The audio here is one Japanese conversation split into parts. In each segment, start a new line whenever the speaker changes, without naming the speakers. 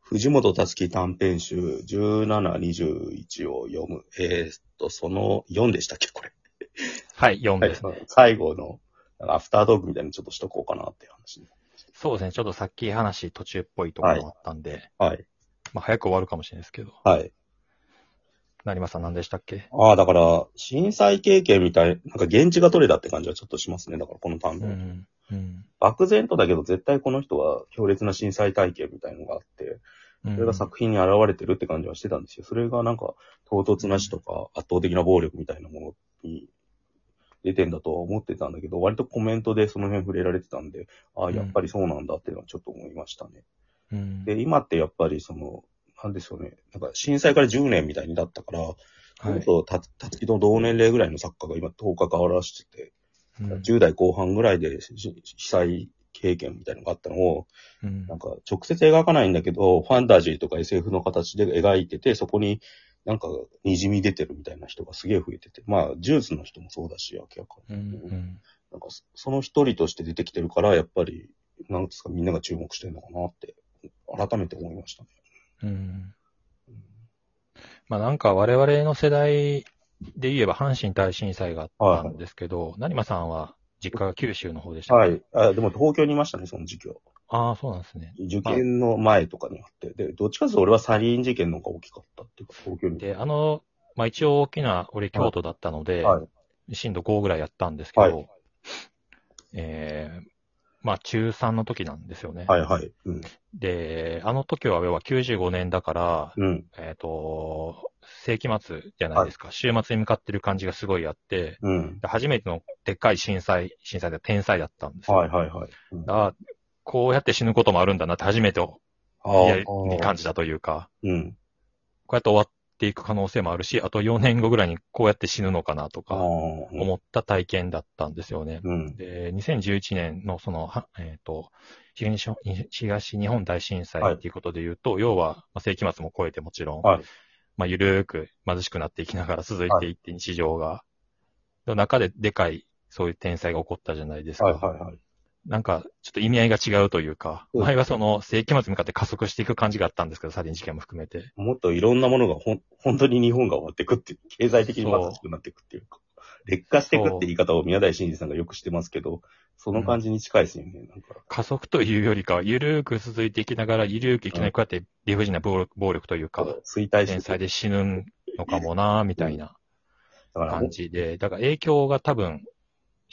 藤本たつき短編集1721を読む。えーっと、その4でしたっけこれ。
はい、4
は
で
い
す。。
最後の、なんかアフタートークみたいにちょっとしとこうかなっていう話ね。
そうですね、ちょっとさっき話途中っぽいところもあったんで、
はい。
まあ早く終わるかもしれないですけど。
はい。
成馬さん何でしたっけ
ああ、だから、震災経験みたい、なんか現地が取れたって感じはちょっとしますね。だからこの短
う
編。
ん。うん。
漠然とだけど絶対この人は強烈な震災体験みたいのがあって、
うん
それが作品に現れてるって感じはしてたんですよ。それがなんか、唐突な死とか圧倒的な暴力みたいなものに出てんだとは思ってたんだけど、割とコメントでその辺触れられてたんで、ああ、
うん
やっぱりそうなんだっていうのはちょっと思いましたね。
うん。
で、今ってやっぱりその、なんでしょうね。なんか震災から10年みたいになったから、
はい
ちょっとたたつきと同年齢ぐらいの作家が今10日間表してて、
うん
10代後半ぐらいでしし被災経験みたいなのがあったのを、
うん
なんか直接描かないんだけど、ファンタジーとか SF の形で描いてて、そこになんか滲み出てるみたいな人がすげえ増えてて、まあ、ジュースの人もそうだし、明らか
う
に。
ん
なんかそその一人として出てきてるから、やっぱり、なんですか、みんなが注目してるのかなって、改めて思いましたね。
うんうんまあなんか我々の世代で言えば阪神大震災があったんですけど、成馬さんは実家が九州の方でしたっけ
は。い。あでも東京にいましたね、その時期は。
ああ、そうなんですね。
受験の前とかにあって。で、どっちかというと俺はサリン事件の方が大きかったっていうか、東京に。
で、あの、まあ一応大きな、俺京都だったので、
はい。
震度5ぐらいやったんですけど、
はい
えーまあ中3の時なんですよね。
はいはい。うん。
で、あの時は要は95年だから、
うん。
えっ、と、世紀末じゃないですか、週末に向かってる感じがすごいあって、
うん。
で初めてのでっかい震災、震災で天災だったんですよ。
はいはいはい。うん
ああこうやって死ぬこともあるんだなって初めてをリアルに感じたというか、
うん。
こうやって終わっていく可能性もあるし、あと4年後ぐらいにこうやって死ぬのかなと
ああ
か、思った体験だったんですよね。
うん。
で、2011年のその、はえっ、と東日、東日本大震
はい
災っていうことで言うと、要は、まあ、世紀末も超えてもちろん、
はい
まあ、ゆるーく貧しくなっていきながら続いていって日常が、の中ででかい、そういう天災が起こったじゃないですか。
はいはいはい。
なんか、ちょっと意味合いが違うというか、
うん
前はその世紀末に向かって加速していく感じがあったんですけど、サリン事件も含めて。
もっといろんなものがほん、本当に日本が終わっていくっていう、経済的に貧しくなっていくっていうか、劣化していくって言い方を宮台真司さんがよくしてますけど、その感じに近いですよね、なんか。
加速というよりかは、ゆるーく続いていきながら、ゆるーくいきなりこうやって理不尽な暴力暴力というか、
衰退して
天
いく
才で死ぬのかもなーみたいな
だから、
感じで、だから影響が多分、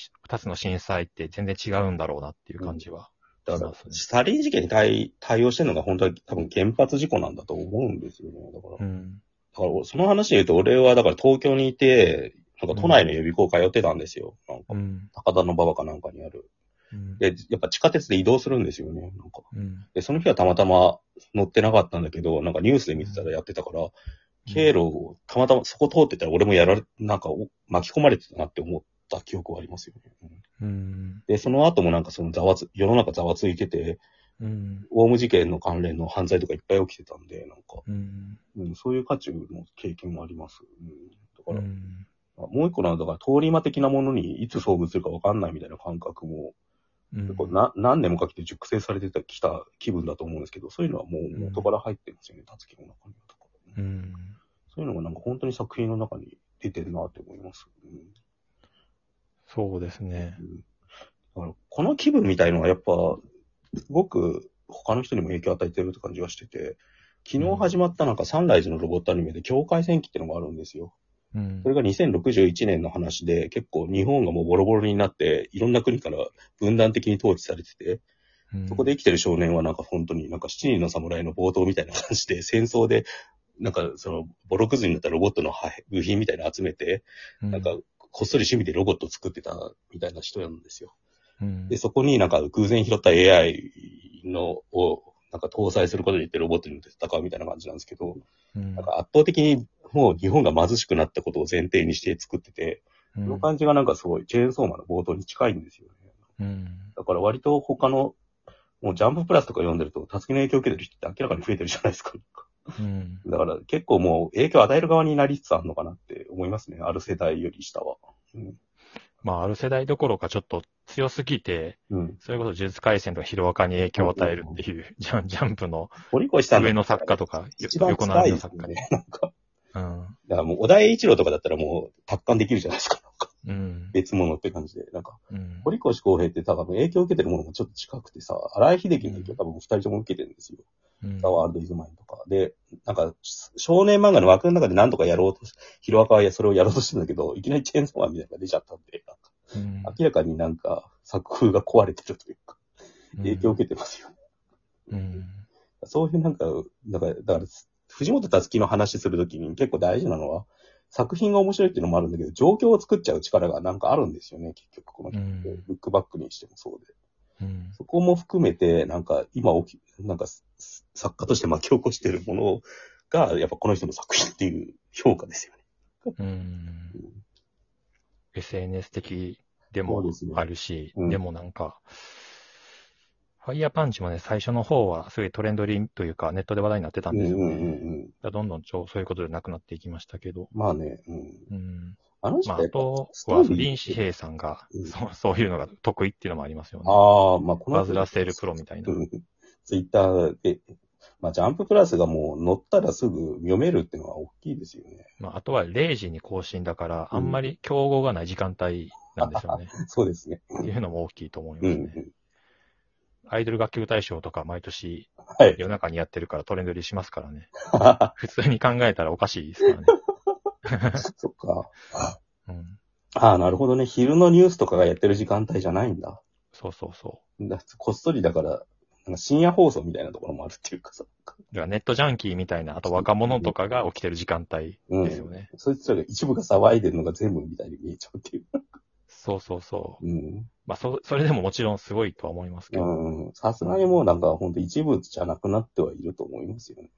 し二つの震災って全然違うんだろうなっていう感じは。
だか
そう
ら
です、ね
サリン事件に対対応してるのが本当は多分原発事故なんだと思うんですよね。だから、だ
うん。
から俺その話で言うと、俺はだから東京にいて、なんか都内の予備校通ってたんですよ。なんか、
うん。
高田の馬場かなんかにある。
うん。
で、やっぱ地下鉄で移動するんですよね。なんか。
うん
で、その日はたまたま乗ってなかったんだけど、なんかニュースで見てたらやってたから、経路をたまたまそこ通ってたら俺もやられ、なんかお巻き込まれてたなって思った記憶はありますよね。うん
うん。
で、その後もなんかそのざわつ、世の中ざわついてて、
うん。
オウム事件の関連の犯罪とかいっぱい起きてたんで、なんか、
うん。
うん、そういう渦中の経験もあります。うん、だから、
うん
もう一個なのはだから通り魔的なものにいつ遭遇するかわかんないみたいな感覚も、結構な何年もかけて熟成されてた、きた気分だと思うんですけど、そういうのはもう元から入ってますよね、達樹の中にはとか。
うん。
そういうのがなんか本当に作品の中に出てるなって思います。うん
そうですね
う。んだからこの気分みたいのはやっぱ、すごく他の人にも影響を与えてるって感じがしてて、昨日始まったなんかサンライズのロボットアニメで境界戦記ってのがあるんですよ。
うん
そ。れが2061年の話で結構日本がもうボロボロになって、いろんな国から分断的に統治されてて、そこで生きてる少年はなんか本当になんか七人の侍の冒頭みたいな感じで戦争で、なんかそのボロクズになったロボットの破片部品みたいなの集めて、
うん、
なんかこっそり趣味でロボットを作ってたみたいな人なんですよ。
うん、
で、そこになんか偶然拾った AI のをなんか搭載することによってロボットに戦うみたいな感じなんですけど、
うん、
なんか圧倒的にもう日本が貧しくなったことを前提にして作ってて、そ
う
の
ん、
感じがなんかすごいチェーンソーマンの冒頭に近いんですよね。
うん。
だから割と他の、もうジャンププラスとか読んでると、たつきの影響を受けてる人って明らかに増えてるじゃないですか。
うん。
だから結構もう影響を与える側になりつつあるのかなって思いますね。ある世代より下は。
まあ、ある世代どころかちょっと強すぎて、
うん。
それこそ呪術廻戦とかヒロアカに影響を与えるっていう、ジャンジャンプの
堀越さん
上の作家とか、よ
一番
横並
近
び
い
の
ですよ
作家。
ね。なんか、
うん。
だからもう、小田栄一郎とかだったらもう、達観できるじゃないですか。なんか
うん。
別物って感じで。なんか、
うん。
堀越公平って多分影響を受けてるものもちょっと近くてさ、荒井秀樹の影響多分二人とも受けてるんですよ。
うん
ザワールドイズマインとか。で、なんか、少年漫画の枠の中で何とかやろうとし、ヒロアカはそれをやろうとしてんだけど、いきなりチェーンソーマンみたいなのが出ちゃったんで、なんか
うん
明らかになんか作風が壊れてるというか、影響を受けてますよね。
うん。
そういうなんか、だから、だから藤本たつきの話するときに結構大事なのは、作品が面白いっていうのもあるんだけど、状況を作っちゃう力がなんかあるんですよね、結局この
う
人って。
ん。
ルックバックにしてもそうで。
うん。
そこも含めて、なんか今起き、なんかすす作家として巻き起こしてるものが、やっぱこの人の作品っていう評価ですよね。
うん
うん
SNS 的で
そう
も
ですね
あるし、で
うん
もなんか、ファイヤーパンチもね、最初の方はすごいトレンドリーというか、ネットで話題になってたん
うん
です
う
よね。
んうんうん。
だからどんどんちょそういうことでなくなっていきましたけど、
まあね、うん。
うん。
あの人
まあ、
はや
あ
っぱ
と
スト
は
ーリー、
林志平さんが、
うん
そうそういうのが得意っていうのもありますよね。
ああ、まあこの
バズらせるプロみたいな。
ツイッターで、まあジャンププラスがもう乗ったらすぐ読めるっていうのは大きいですよね。
まあ、あとは0時に更新だから、
うん
あんまり競合がない時間帯なんですよね。
そうですね。
っていうのも大きいと思いま
うん
す
う
ね。
ん。
アイドル学級大賞とか毎年
はい。
夜中にやってるからトレンド入りしますからね。普通に考えたらおかしいですからね。
そっか。
うん、
ああ、なるほどね。昼のニュースとかがやってる時間帯じゃないんだ。
そうそうそ
だこっそりだから、なんか深夜放送みたいなところもあるっていうかさ。
う。だからネットジャンキーみたいな、あと若者とかが起きてる時間帯
う
ですよね。
そいつらが一部が騒いでるのが全部みたいに見えちゃうっていう。
そうそうそう。
うん。
まあそ、それでももちろんすごいとは思いますけど。
うん。さすがにもうなんかほんと一部じゃなくなってはいると思いますよね。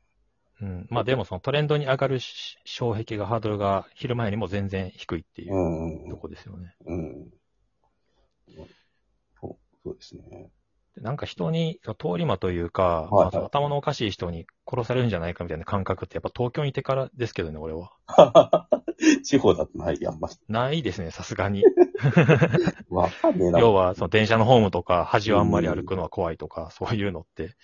うん。まあでもそのトレンドに上がるし障壁が、ハードルが昼前にも全然低いっていううんとこですよね。
うん。うん。そうそうですね。
でなんか人に、その通り魔というか、
はいはい
まあその頭のおかしい人に殺されるんじゃないかみたいな感覚ってやっぱ東京にいてからですけどね、俺は。
地方だとない、あんまり。
ないですね、さすがに。
わかん ねえな。
要は、その電車のホームとか、端をあんまり歩くのは怖いとか、そういうのって、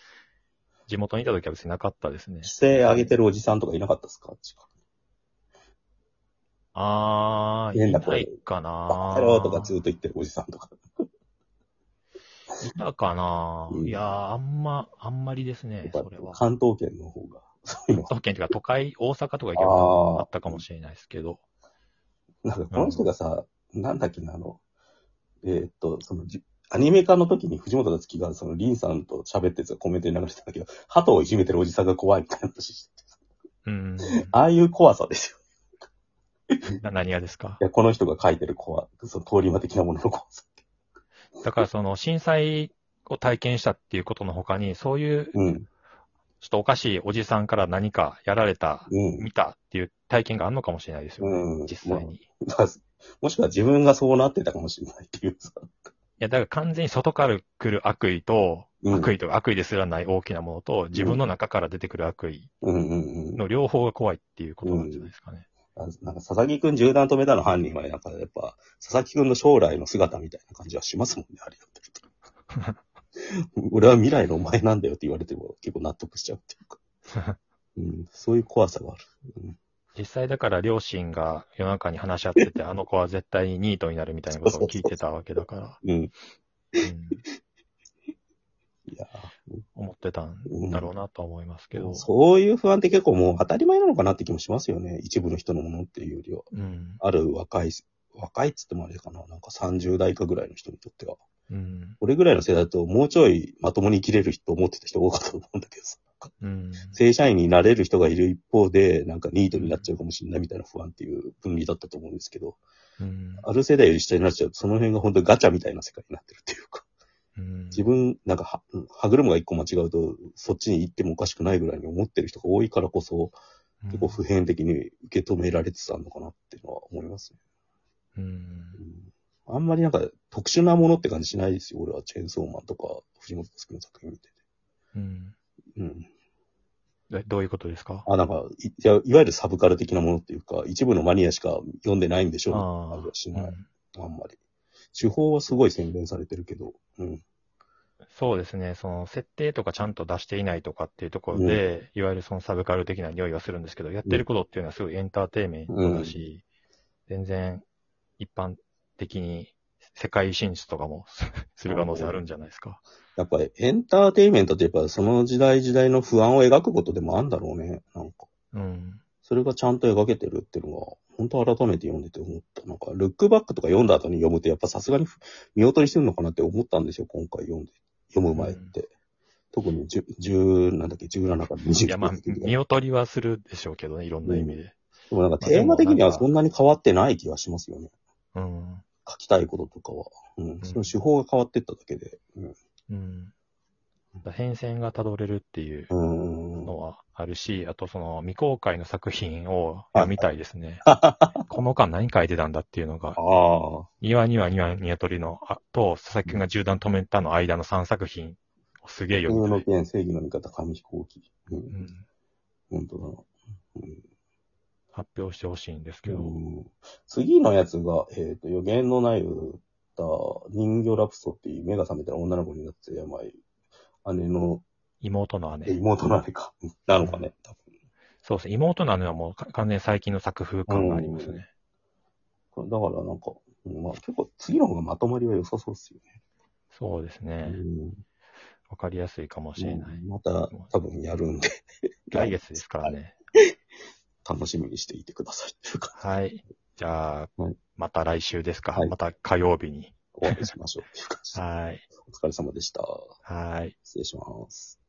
地元にいた時は別になかったですね。
規制上げてるおじさんとかいなかったですか近く
あー、
変
い
な
な
声
いか
バ
な
カ野郎とかずっと言ってるおじさんとか。
いたかな
うん
いやー、あんま、あんまりですね、それは。
関東圏の方が、そういうのが
東京というか、都会、大阪とか行け
あ
ば
ー
あったかもしれないですけど。
なんかこの人がさ、なんだっけな、あの、えーっと、そのじ、アニメ化の時に藤本つきが、その、リンさんと喋ってたコメントに流れてたんだけど、鳩をいじめてるおじさんが怖いみたいな話してて
うん。
ああいう怖さ ですよ。
な何がですか
いや、この人が書いてる怖、その通り魔的なものの怖さ。
だから、その、震災を体験したっていうことの他に、そういう、
うん、
ちょっとおかしいおじさんから何かやられた、
うん、
見たっていう体験があるのかもしれないですよね。
うん。
実際に。い
まあ。だからもしくは自分がそうなってたかもしれないっていうさ。
や、だから完全に外から来る悪意と、
うん
悪意とか悪意ですらない大きなものと、自分の中から出てくる悪意
うん、うん、うん。
の両方が怖いっていうことなんじゃないですかね。
あなんか、佐々木くん銃弾止めたの犯人は、なんか、やっぱ、佐々木くんの将来の姿みたいな感じはしますもんね、あれやってると。 俺は未来のお前なんだよって言われても結構納得しちゃうっていうか。 うん、そういう怖さがある。
実際だから両親が夜中に話し合ってて、あの子は絶対にニートになるみたいなことを聞いてたわけだから、
うん。
うん、
いや
思ってたんだろうなとは思いますけ
ー
ど。
そういう不安って結構もう当たり前なのかなって気もしますよね。一部の人のものっていうよりは。
うん。
ある若い、若いっつってもあれかな。なんか30代以下ぐらいの人にとっては。
うん。
俺ぐらいの世代だともうちょいまともに生きれる人思ってた人多かったと思うんだけどさ。
うん。
正社員になれる人がいる一方で、なんかニートになっちゃうかもしれないみたいな不安っていう分離だったと思うんですけど、
うん。
ある世代より下になっちゃうと、その辺が本当にガチャみたいな世界になってるっていうか、
うん
自分、なんかは歯車が一個間違うと、そっちに行ってもおかしくないぐらいに思ってる人が多いからこそ、結構普遍的に受け止められてたのかなっていうのは思いますね。
うん
うん、あんまりなんか特殊なものって感じしないですよ。俺はチェーンソーマンとか藤本つきの作品見てて。
うん。
うん。
えどういうことですか
あ、なんか、いいやいわゆるサブカル的なものっていうか、一部のマニアしか読んでないんでしょうみたいな感じはしない、
うん
あんまり。手法はすごい洗練されてるけど、うん。
そうですね、その設定とかちゃんと出していないとかっていうところで、いわゆるそのサブカル的な匂いはするんですけど、やってることっていうのはすごいエンターテインメントだし、全然一般的に世界進出とかも する可能性あるんじゃないですか。
やっぱりエンターテインメントってやっぱその時代時代の不安を描くことでもあるんだろうね。なんか、
うん。
それがちゃんと描けてるっていうのが、本当改めて読んでて思った。なんか、ルックバックとか読んだ後に読むと、やっぱさすがに見劣りしてるのかなって思ったんですよ、今回読んで。読む前って。特に10、10なんだっけ、17から20
いや、まあ、見劣りはするでしょうけどね、いろんな意味で。
でもなんかテーマ的にはそんなに変わってない気がしますよね。
うん。
書きたいこととかは。うん。その手法が変わってっただけで。
うん。だから変遷が辿れるっていう
うん。うん。
のはあるし、あとその未公開の作品を読みたいです ね。この間何書いてたんだっていうのが
あ、あ。
ニワニワニワニワトリのあと、佐々木くんが銃弾止めたの間の3作品をすげえ
自
読
分
み
の
たい。
剣、正義の味方、紙飛行機。う。
うんん、
本当だな。うん
発表してほしいんですけど。
うん次のやつが、えっ、と、予言のない歌、人形ラプソっていう目が覚めたら女の子になって病、姉の、
妹の
え
姉。
妹の姉 か、なのかね、多分。
そうですね。妹の姉はもうか完全に最近の作風感がありますね。
これだからなんか、うんまあ結構次の方がまとまりは良さそうっすよ
そうです
ね。
ね。
うん
わかりやすいかもしれない。
また多分やるんで、
来月ですからね。
楽しみにしていてくださいっていうか、
はい。じゃあ
はい、
また来週ですか。
はい
また火曜日に。
お会いしましょうっていう感じで。
はい。
お疲れ様でした。
はい。
失礼します。